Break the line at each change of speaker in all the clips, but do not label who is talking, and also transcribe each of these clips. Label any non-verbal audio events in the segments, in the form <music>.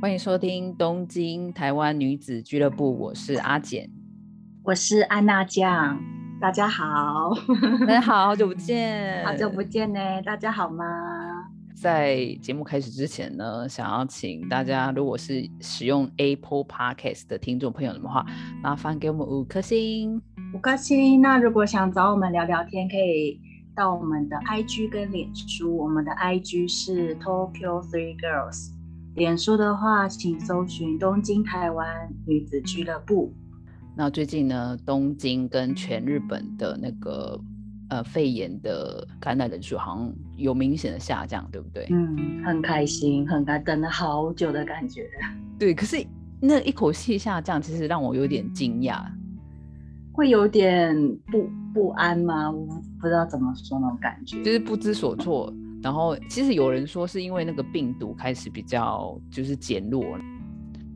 欢迎收听东京台湾女子俱乐部，我是阿简，
我是安娜酱，大家好，
大家好，好久不见，
<laughs> 好久不见呢，大家好吗？
在节目开始之前呢，想要请大家，如果是使用 Apple Podcast 的听众朋友们的话，麻烦给我们五颗星。
五颗星。那如果想找我们聊聊天，可以到我们的 IG 跟脸书，我们的 IG 是 Tokyo Three Girls，脸书的话，请搜寻东京台湾女子俱乐部。
那最近呢，东京跟全日本的那个呃肺炎的感染人数好像有明显的下降，对不对？
嗯，很开心，很开，等了好久的感觉。
对，可是那一口气下降，其实让我有点惊讶。
会有点不不安吗？我不知道怎么说那种感觉，
就是不知所措。然后其实有人说是因为那个病毒开始比较就是减弱，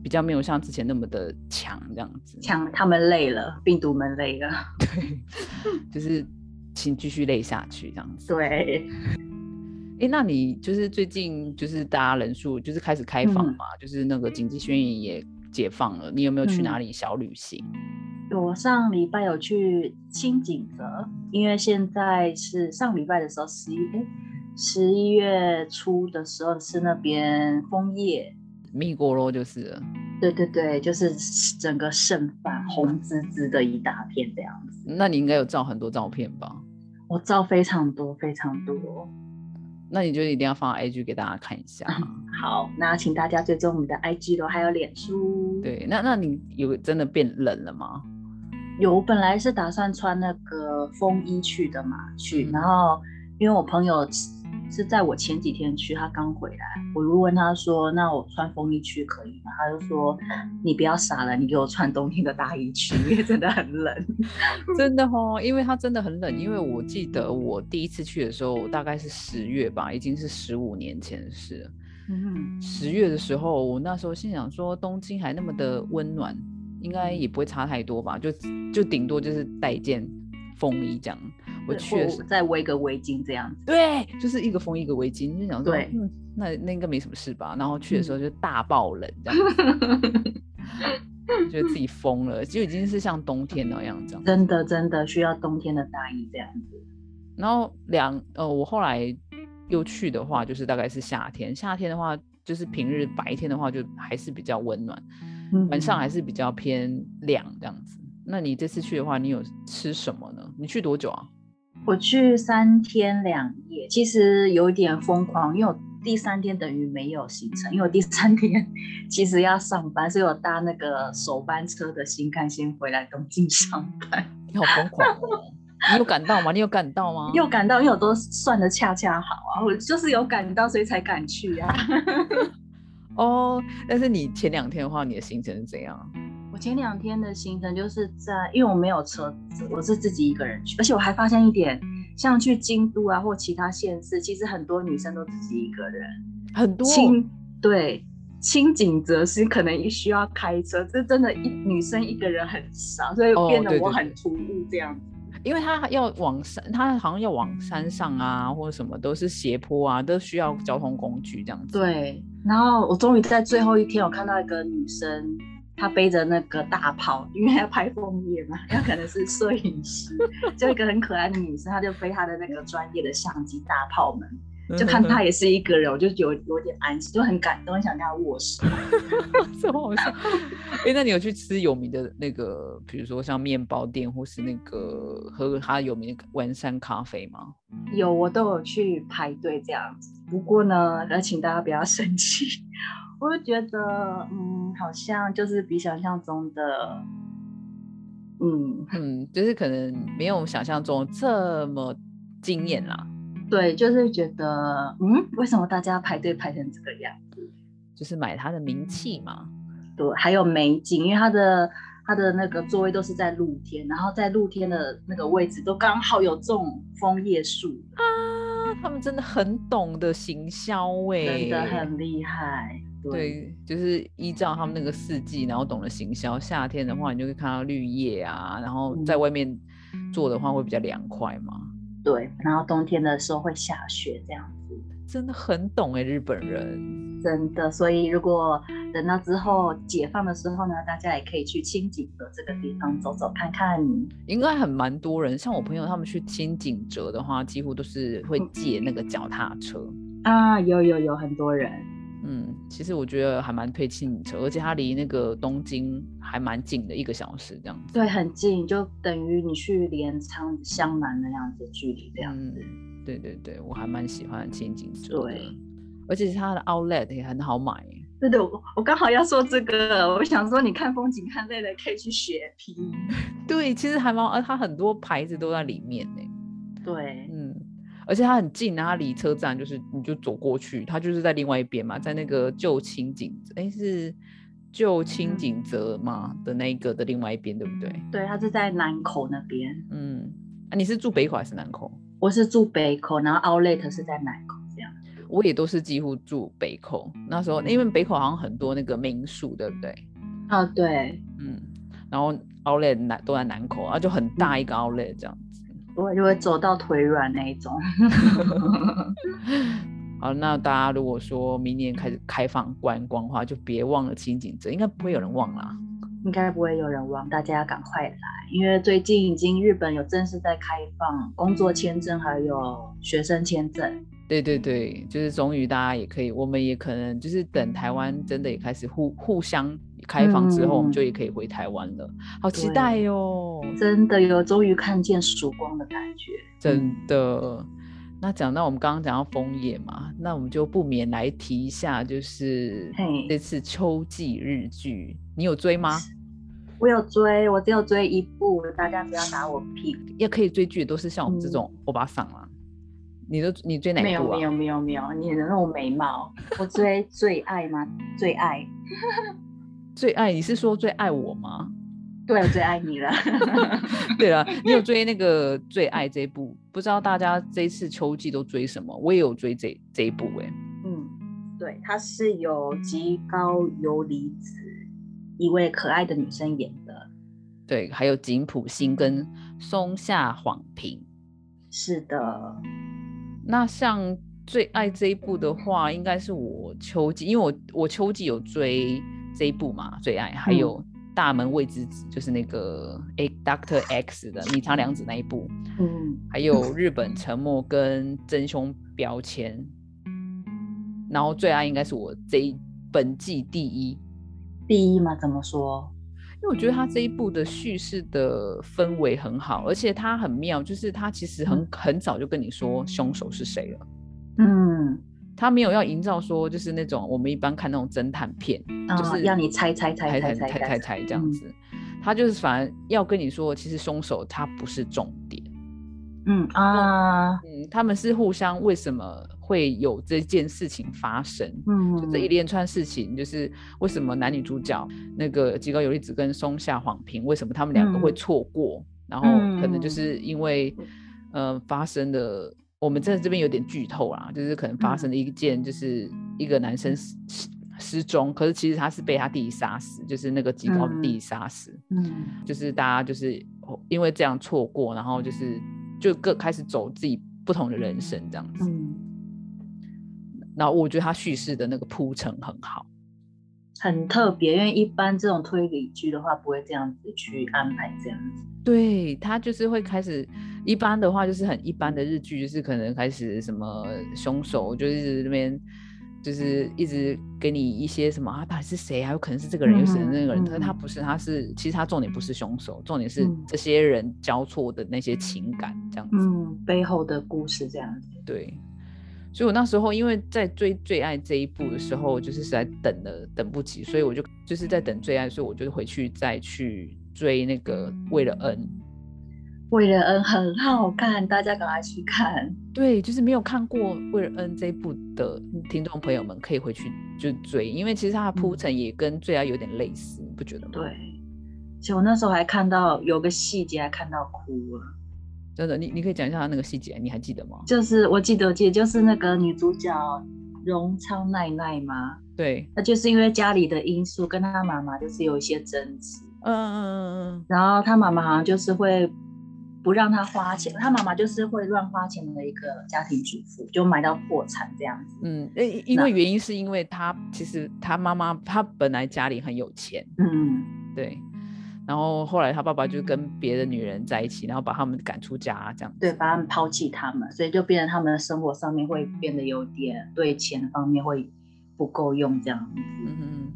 比较没有像之前那么的强这样子。
像他们累了，病毒们累了。
对， <laughs> 就是请继续累下去这样子。
对，
哎，那你就是最近就是大家人数就是开始开放嘛，就是那个经济宣言也解放了，你有没有去哪里小旅行？
我上礼拜有去清景泽，因为现在是上礼拜的时候，十一哎十一月初的时候是那边枫叶，
米国咯，就是了
对对对，就是整个盛放红滋滋的一大片这样子。
那你应该有照很多照片吧？
我照非常多非常多。
那你就一定要放 IG 给大家看一下。
好，那请大家追踪我们的 IG 咯，还有脸书。，
对，那那你有真的变冷了吗？
有，我本来是打算穿那个风衣去的嘛，去，
嗯
然后因为我朋友是是在我前几天去，他刚回来，我就问他说，那我穿风衣去可以吗？他就说，你不要傻了，你给我穿冬天的大衣去，因为真的很
<laughs>
冷。
真
嗯
的哦，因为它真的很冷。因为我记得我第一次去的时候，大概是十月吧，已经是十五年前的事了。
嗯，
十月的时候，我那时候心想说，东京还那么的温暖，应该也不会差太多吧，就就顶多就是带一件风衣这样。我去的时
我再围个围巾这样子。
对，就是一个风衣一个围巾，就想说，
对嗯
嗯，那那应该没什么事吧。然后去的时候就大爆冷，这样子，觉得自己疯了，就已经是像冬天那样这样。
真的真的需要冬天的大衣这样子。
然后两呃，我后来又去的话，就是大概是夏天。夏天的话，就是平日白天的话，就还是比较温暖，
嗯
晚上还是比较偏凉这样子。那你这次去的话，你有吃什么呢？你去多久啊？
我去三天两夜，其实有一点疯狂，因为我第三天等于没有行程，因为我第三天 <laughs> 其实要上班，所以我搭那个首班车的新干线回来东京上班。 <laughs>
你好疯狂哦！你有赶到吗？你有赶到吗？
有赶到，因为我都算的恰恰好啊，我就是有赶到，所以才敢去啊。 <laughs>
哦。但是你前两天的话，你的行程是怎样？
我前两天的行程就是在，因为我没有车子，我是自己一个人去，而且我还发现一点，像去京都啊或其他县市，其实很多女生都自己一个人。
很多
清对清景则是可能需要开车，这真的一女生一个人很少，所以
哦
变得
对
我
对
很
对
突兀这样子。
因为他要往山，他好像要往山上啊，或者什么都是斜坡啊，都需要交通工具这样子。
对，然后我终于在最后一天，我看到一个女生，她背着那个大炮，因为要拍枫叶嘛，她可能是摄影师，就一个很可爱的女生，她就背她的那个专业的相机大炮们，
对
就看她也是一个人，我就有有点安心，就很感动，很想跟她握手。
这么好笑。哎、那你有去吃有名的那个，比如说像面包店，或是那个喝它有名的文山咖啡吗？
有，我都有去排队这样子。不过呢，呃，请大家不要生气， <laughs> 我就觉得，嗯，好像就是比想象中的，嗯，
嗯，就是可能没有想象中这么惊艳啦。
对，就是觉得，嗯，为什么大家排队排成这个样？
就是买它的名气嘛，
对，还有美景，因为它的它的那个座位都是在露天，然后在露天的那个位置都刚好有这种枫叶树，
啊，他们真的很懂得行销哎、
真的很厉害。对，
对，就是依照他们那个四季，然后懂得行销。夏天的话，你就会看到绿叶啊，然后在
嗯
外面坐的话会比较凉快嘛。
对，然后冬天的时候会下雪这样子。
欸真的很懂哎、日本人。
真的，所以如果等到之后解放的时候呢，大家也可以去清景泽这个地方走走看看。
应该很蛮多人，像我朋友他们去
嗯
清景泽的话，几乎都是会借那个脚踏车。
啊，有有有很多人，
嗯，其实我觉得还蛮推清景泽，而且它离那个东京还蛮近的，一个小时这样子。
对，很近，就等于你去镰仓湘南那样子距离这样子。
嗯，对对对，我还蛮喜欢清景泽的
对，
而且它的 Outlet 也很好买耶。
<laughs> 对的，我我刚好要说这个，我想说你看风景看累了可以去学皮。
对，其实还蛮，呃它很多牌子都在里面呢。
对，
嗯，而且它很近啊，它离车站就是你就走过去，它就是在另外一边嘛，在那个旧青井，哎是旧青
嗯
井泽嘛的那一个的另外一边，对不对？
对，它是在南口那边，
嗯，啊你是住北口还是南口？
我是住北口，然后 Outlet 是在南口这样。
我也都是几乎住北口，那时候因为北口好像很多那个民宿，对不对？
哦，对，
嗯，然后 outlet 南都在南口，啊就很大一个 outlet 这样子。
我就会走到腿软那一种。
好，那大家如果说明年开始开放观光的话，就别忘了清景泽，应该不会有人忘啦。
应该不会有人忘，大家要赶快来，因为最近已经日本有正式在开放工作签证，还有学生签证。
对对对，就是终于大家也可以，我们也可能就是等台湾真的也开始互互相开放之后，我们
嗯
就也可以回台湾了，好期
对
待哦哟、
真的有终于看见曙光的感觉，嗯
真的。那讲到我们刚刚讲到枫叶嘛，那我们就不免来提一下，就是
嘿
这次秋季日剧，你有追吗？
我有追，我只有追一部，大家不要打我屁股。
也可以追剧的都是像我们这种欧巴桑啦。你都你追哪
嗯没
一
有
部
没
啊？
有没有没有，你的那种美貌，我追最爱吗？最爱，
最爱你是说最爱我吗？
对我最爱你了。 <laughs>
对了，你有追那个《最爱》这一部？不知道大家这一次秋季都追什么？我也有追这这一部哎、
嗯，对，她是由极高游离子一位可爱的女生演的。
对，还有井浦新跟松下晃平。
是的，
那像《最爱》这一部的话，应该是我秋季，因为我我秋季有追这一部嘛，《最爱》还有《大门未知子》，就是那个 A Doctor X 的米仓凉子那一部，
嗯，
还有日本沉默跟真凶标签。然后《最爱》应该是我这一本季第一。
第一嘛，怎么说？
因为我觉得他这一部的叙事的氛围很好，而且他很妙，就是他其实很很早就跟你说凶手是谁了，
嗯，
他没有要营造说就是那种我们一般看那种侦探片，
啊
就是
要你猜猜
猜
猜猜
猜
猜
猜
猜
猜这样
嗯
子，他就是反而要跟你说，其实凶手他不是重点，
嗯啊，
嗯，他们是互相为什么会有这件事情发生，
嗯，
就这一连串事情，就是为什么男女主角那个吉高由里子跟松下晃平，为什么他们两个会
嗯
错过？然后可能就是因为，呃，发生的我们在这边有点剧透啦，就是可能发
嗯
生了一件，就是一个男生失失失踪，可是其实他是被他弟弟杀死，就是那个吉高的弟弟杀死，
嗯
就是大家就是哦因为这样错过，然后就是就各开始走自己不同的人生这样子。
嗯，
然后我觉得他叙事的那个铺陈很好。
很特别，因为一般这种推理剧的话，不会这样子去安排这样子。
对他就是会开始，一般的话就是很一般的日剧，就是可能开始什么凶手就是那边就是一直给你一些什么啊，到底是谁啊？有可能是这个人，有可能是那个人，
嗯嗯
可是他不是，他是其实他重点不是凶手，重点是
嗯
这些人交错的那些情感这样子。
嗯，背后的故事这样子。
对，所以我那时候因为在追《最爱》这一部的时候，就是实在等了等不及，所以我就就是在等《最爱》，所以我就回去再去追那个为了恩。
为了恩很好看，大家赶快去看。
对，就是没有看过《威尔恩》这一部的听众朋友们，可以回去就追，因为其实它的铺陈也跟《最爱》有点类似，你不觉得吗？
嗯对，其实我那时候还看到有个细节，还看到哭了。
真的，你你可以讲一下它那个细节，你还记得吗？
就是我记得，我记得就是那个女主角荣昌奈奈吗？
对，
那就是因为家里的因素，跟他妈妈就是有一些争执，
嗯嗯嗯嗯
然后他妈妈好像就是会不让他花钱，他妈妈就是会乱花钱的一个家庭主妇，就买到破产这样子。
嗯，那因为原因是因为他其实他妈妈他本来家里很有钱，
嗯，
对，然后后来他爸爸就跟别的女人在一起，然后把他们赶出家这样子。
对，把他们抛弃他们，所以就变成他们的生活上面会变得有点对钱方面会不够用这样子，
嗯哼，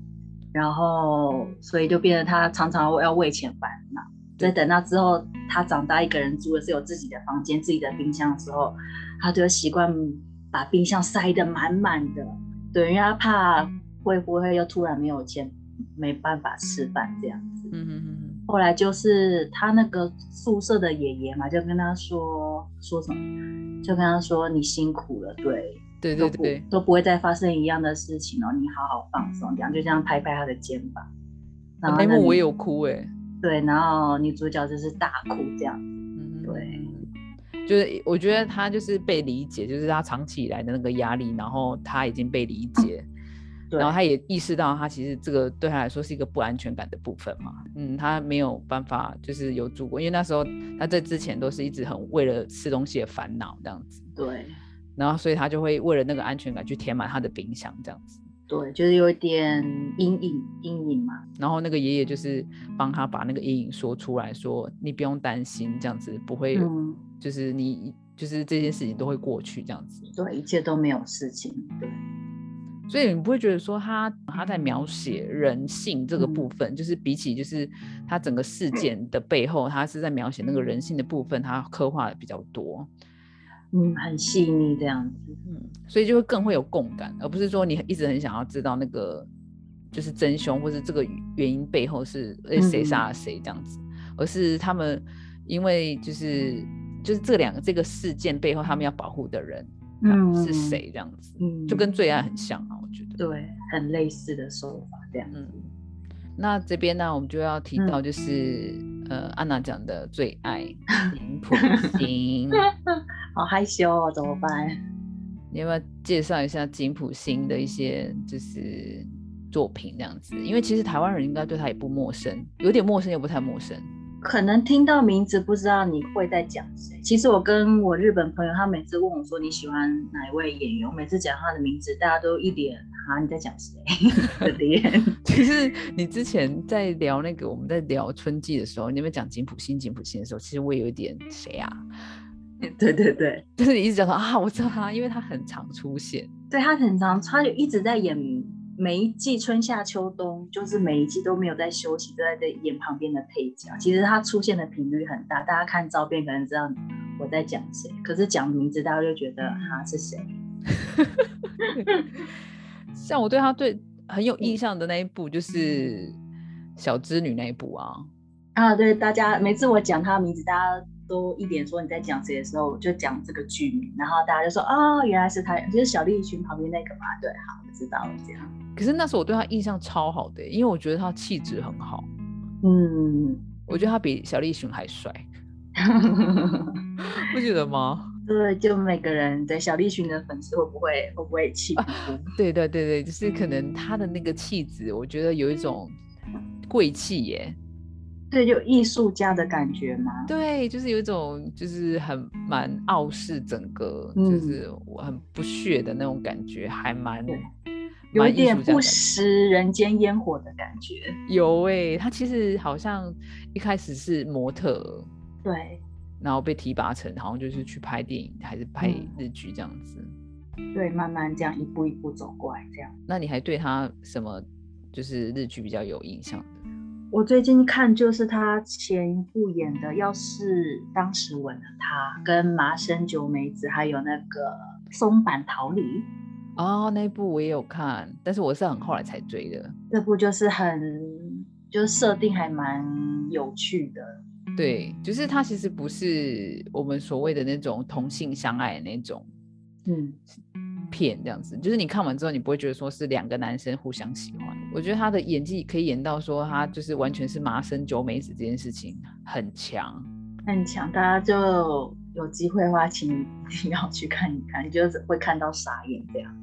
然后所以就变成他常常要为钱烦恼。所以等到之后他长大一个人住的是有自己的房间、自己的冰箱的时候，他就习惯把冰箱塞得满满的，对，因为他怕会不会又突然没有钱，没办法吃饭这样子。
嗯哼哼
后来就是他那个宿舍的爷爷嘛，就跟他说说什么，就跟他说你辛苦了，对，
哼，对
都
对
不
对，啊
都不会再发生一样的事情哦，你好好放松，这
嗯
样就这样拍拍他的肩膀。然后
那一
那
幕我
女
也有哭哎、
对，然后女主角就是大哭这样子，
嗯，
对。
就是我觉得他就是被理解，就是他长期以来的那个压力，然后他已经被理解，
嗯对
然后他也意识到他其实这个对他来说是一个不安全感的部分嘛，嗯，他没有办法就是有住过，因为那时候他在之前都是一直很为了吃东西的烦恼这样子，
对
然后所以他就会为了那个安全感去填满他的冰箱这样子，
对，就是有一点阴影阴影嘛，
然后那个爷爷就是帮他把那个阴影说出来说，你不用担心这样子，不会，
嗯，
就是你就是这件事情都会过去这样子。
对，一切都没有事情，对，
所以你不会觉得说他他在描写人性这个
嗯
部分，就是比起就是他整个事件的背后，他是在描写那个人性的部分，他刻画的比较多，
嗯，很细腻这样子，
嗯，所以就会更会有共感，而不是说你一直很想要知道那个就是真凶或是这个原因背后是诶
嗯
谁杀了谁这样子，而是他们因为就是就是这两个这个事件背后他们要保护的人、
嗯，
是？谁这样子，
嗯，
就跟罪案很像啊，我觉得。
对很类似的手法这样，
嗯，那这边呢，我们就要提
嗯
到就是、呃，安娜讲的最爱林普星，
<laughs> 好害羞哦，怎么办？
你要不要介绍一下金普星的一些就是作品这样子？因为其实台湾人应该对他也不陌生，有点陌生又不太陌生。 <laughs>
可能听到名字不知道你会在讲谁。其实我跟我日本朋友，他每次问我说你喜欢哪一位演员，我每次讲他的名字，大家都一脸啊你在讲谁 <laughs> 的脸。
就是你之前在聊那个我们在聊春季的时候，你们讲金普星金普星的时候，其实我也有一点谁啊？ <laughs>
对对对，
就是你一直讲说啊，我知道他，因为他很常出现。
对他很常，他就一直在演每一季春夏秋冬，就是每一季都没有在休息，都在在演旁边的配角。其实他出现的频率很大，大家看照片可能知道我在讲谁，可是讲名字大家就觉得啊是谁。
像我对他对很有
嗯
印象的那一部就是《小织女》那一部啊，
啊，对，大家每次我讲他的名字，大家都一脸说你在讲谁的时候，我就讲这个剧名，然后大家就说啊、原来是他，就是小栗旬旁边那个嘛。对，好，我知道了，这样。
可是那时候我对他印象超好的欸、因为我觉得他气质很好，
嗯， <laughs>
我觉得他比小栗旬还帅，不觉得吗？
对，就每个人对小栗旬的粉丝会不会会不会气
啊
哭？
<laughs> 对对对对，就是可能他的那个气质，我觉得有一种贵气耶，
对，就艺术家的感觉嘛。
对，就是有一种就是很蛮傲视整个，
嗯
就是我很不屑的那种感觉，还蛮
对有
蛮
一
艺
点
术家的
不
感觉
食人间烟火的感觉。
有诶、他其实好像一开始是模特儿，
对
然后被提拔成好像就是去拍电影还是拍
嗯
日剧这样子。
对，慢慢这样一步一步走过来，这样。
那你还对他什么就是日剧比较有印象的？
我最近看就是他前一部演的，要是当时吻了他，跟麻生久美子，还有那个松坂桃李，
哦，那一部我也有看，但是我是很后来才追的。
这部就是很就是设定还蛮有趣的。
对，就是他其实不是我们所谓的那种同性相爱的那种
嗯，
片这样子，就是你看完之后，你不会觉得说是两个男生互相喜欢。我觉得他的演技可以演到说他就是完全是麻生久美子这件事情很强。
很强，大家就有机会的话，请你要去看一看，就是会看到傻眼这样。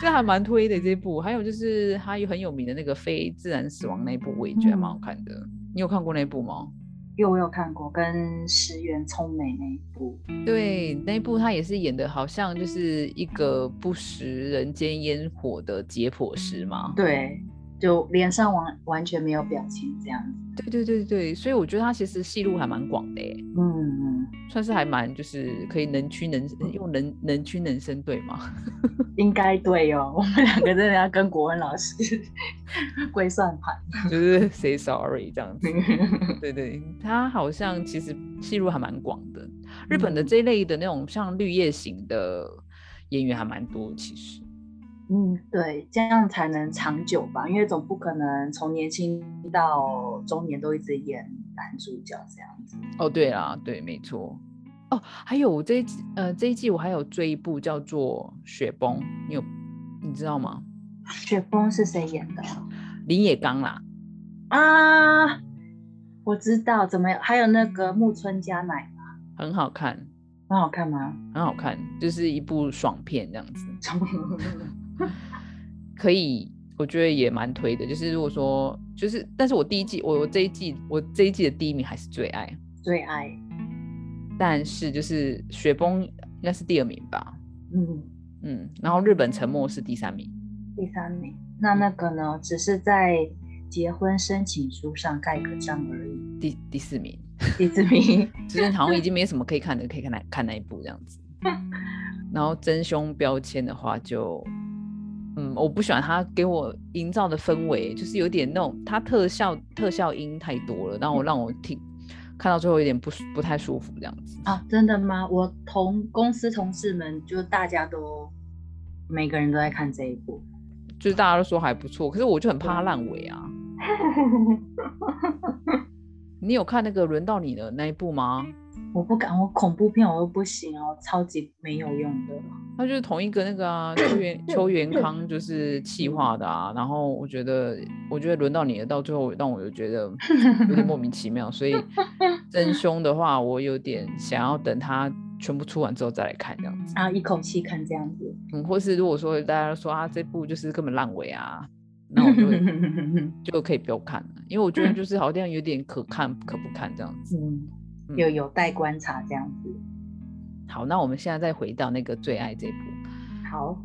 这还蛮推的这部，还有就是嗯他有很有名的那个《非自然死亡》那一部，我也觉得蛮好看的。你有看过那一部吗？
因为我有看过跟石原聪美那一部，
对，那一部他也是演的，好像就是一个不食人间烟火的解剖师嘛。
对，就脸上完完全没有表情这样子，
对对对对，所以我觉得他其实戏路还蛮广的耶，欸
嗯，
算是还蛮就是可以能屈能用能能屈能伸，对吗？ <laughs>
应该对哦，我们两个真的要跟国文老师 <laughs> 归算盘，
就是 say sorry 这 <laughs> 样子。对对，他好像其实戏路还蛮广的。日本的
嗯
这一类的那种像绿叶型的演员还蛮多，其实。
嗯，对，这样才能长久吧，因为总不可能从年轻到中年都一直演男主角这样子，
哦，对啦，对，没错。哦，还有我这一季，呃，这一季我还有追一部叫做《雪崩》，你有你知道吗？
雪峰是谁演的？
林野刚啦，
啊，我知道，怎么还有那个木村佳乃，
很好看，
很好看吗？ <laughs>
很好看，就是一部爽片这样子。可以，我觉得也蛮推的。就是如果说，就是，但是我第一季，我我这一季，我这一季的第一名还是最爱，
最爱，
但是就是雪崩应该是第二名吧，
嗯，
嗯，然后日本沉默是第三名，
第三名。那那个呢，只是在结婚申请书上盖个章而已。
第第四名，
第四名，
就是好像已经没什么可以看的，可以看那看那一部这样子。然后真凶标签的话就，嗯，我不喜欢他给我营造的氛围，就是有点那种他特效特效音太多了，让我让我听看到最后有点不舒不太舒服这样子。
啊，真的吗？我同公司同事们，就大家都每个人都在看这一部。
就是大家都说还不错，可是我就很怕它烂尾啊。你有看那个轮到你的那一部吗？
我不敢，我恐怖片我都不行哦，超级没有用的。
它就是同一个那个啊，邱元邱元康就是气化的啊。然后我觉得，我觉得轮到你的，到最后让我就觉得有点莫名其妙。所以真凶的话，我有点想要等它全部出完之后再来看这样子。
然啊后一口气看这样子，
嗯，或是如果说大家都说啊这部就是根本烂尾啊，那我
<laughs>
就
嗯
就可以不要看了，因为我觉得就是好像有点可看可不看这样子。
嗯，
嗯
有有待观察这样子。
好，那我们现在再回到那个最爱这一部，
好，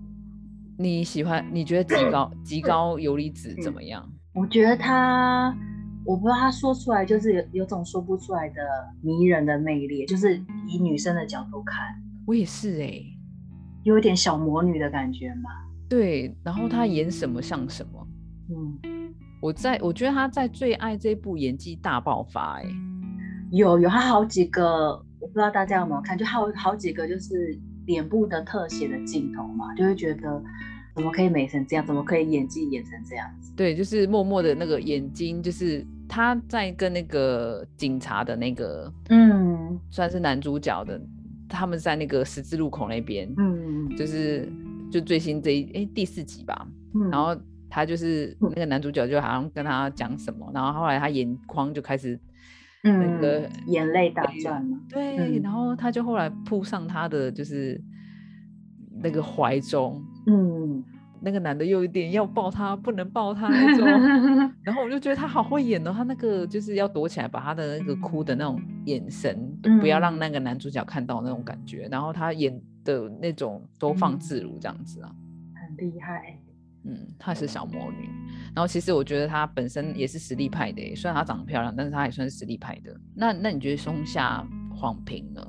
你喜欢？你觉得极高极高游离子
嗯
怎么样？
我觉得他，我不知道他说出来就是有有种说不出来的迷人的魅力，就是以女生的角度看，
我也是哎、
有一点小魔女的感觉嘛。
对。然后他演什么像什么，
嗯，
我在我觉得他在最爱这一部演技大爆发哎、
有有，他好几个，我不知道大家有没有看，就还有好几个就是脸部的特写的镜头嘛，就会觉得怎么可以美成这样，怎么可以演技演成这样子？
对，就是默默的那个眼睛，就是他在跟那个警察的那个
嗯
算是男主角的，他们在那个十字路口那边，
嗯
就是就最新这一哎、第四集吧，
嗯，
然后他就是
嗯
那个男主角就好像跟他讲什么，然后后来他眼眶就开始那
嗯，
个
眼泪打转嘛，
对，
嗯
然后他就后来扑上他的就是那个怀中，
嗯，
那个男的又有点要抱他，不能抱他那种，
<laughs>
然后我就觉得他好会演哦，他那个就是要躲起来，把他的那个哭的那种眼神，不要让那个男主角看到那种感觉，然后他演的那种收放自如这样子啊。
很厉害。
嗯，她是小魔女。然后其实我觉得她本身也是实力派的耶，虽然她长得漂亮，但是她也算是实力派的。那那你觉得松下晃平呢？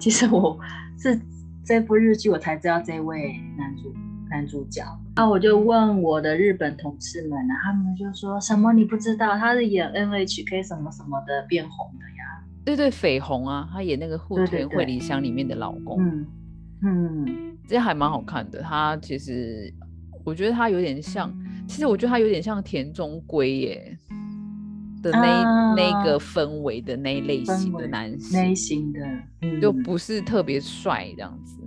其实我是这部日剧我才知道这位男主男主角，那我就问我的日本同事们啊，他们就说什么你不知道，他是演 NHK 什么什么的变红的呀，
对对，绯红啊，她演那个《户
对对
田
对
惠梨香》里面的老公，
嗯嗯
这还蛮好看的。她其实我觉得她有点像，其实我觉得她有点像田中圭耶的那一、那
啊
个氛围的那一类型
氛
的
围
男
类
性。
型的，嗯
就不是特别帅这样子，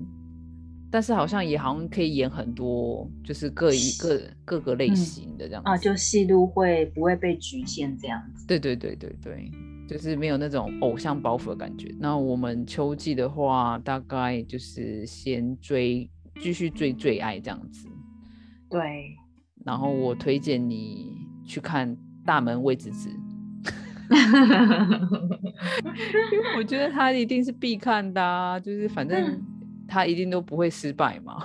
但是好像也好像可以演很多，就是各一各各个类
嗯
型的这样子。
啊，就戏路会不会被局限这样子？
对对对对对，就是没有那种偶像包袱的感觉。那我们秋季的话，大概就是先追，继续追最爱这样子。
对，
然后我推荐你去看《大门未知子》，因为我觉得他一定是必看的、啊，就是反正他一定都不会失败嘛。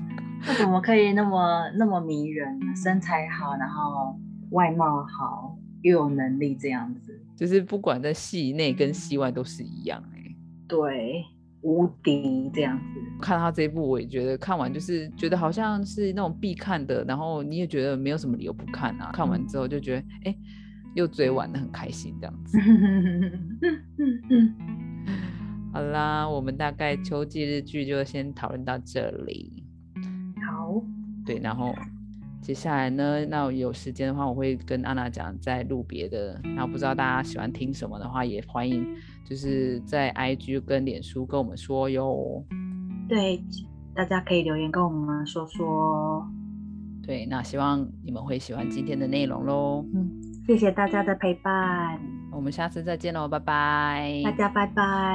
<laughs>
他怎么可以 <laughs> 那么那么迷人？身材好，然后外貌好，又有能力这样子，
就是不管在戏内跟戏外都是一样哎、
对，无敌这样子。 <laughs>
看他这一部，我也觉得看完就是觉得好像是那种必看的，然后你也觉得没有什么理由不看啊。看完之后就觉得，哎、又追完的很开心这样子。
嗯
好啦，我们大概秋季日剧就先讨论到这里。
好，
对，然后接下来呢，那有时间的话，我会跟安娜讲再录别的。那不知道大家喜欢听什么的话，也欢迎就是在 IG 跟脸书跟我们说哟。
对，大家可以留言跟我们说说。
对，那希望你们会喜欢今天的内容喽。
谢谢大家的陪伴，
我们下次再见喽，拜拜。
大家拜拜。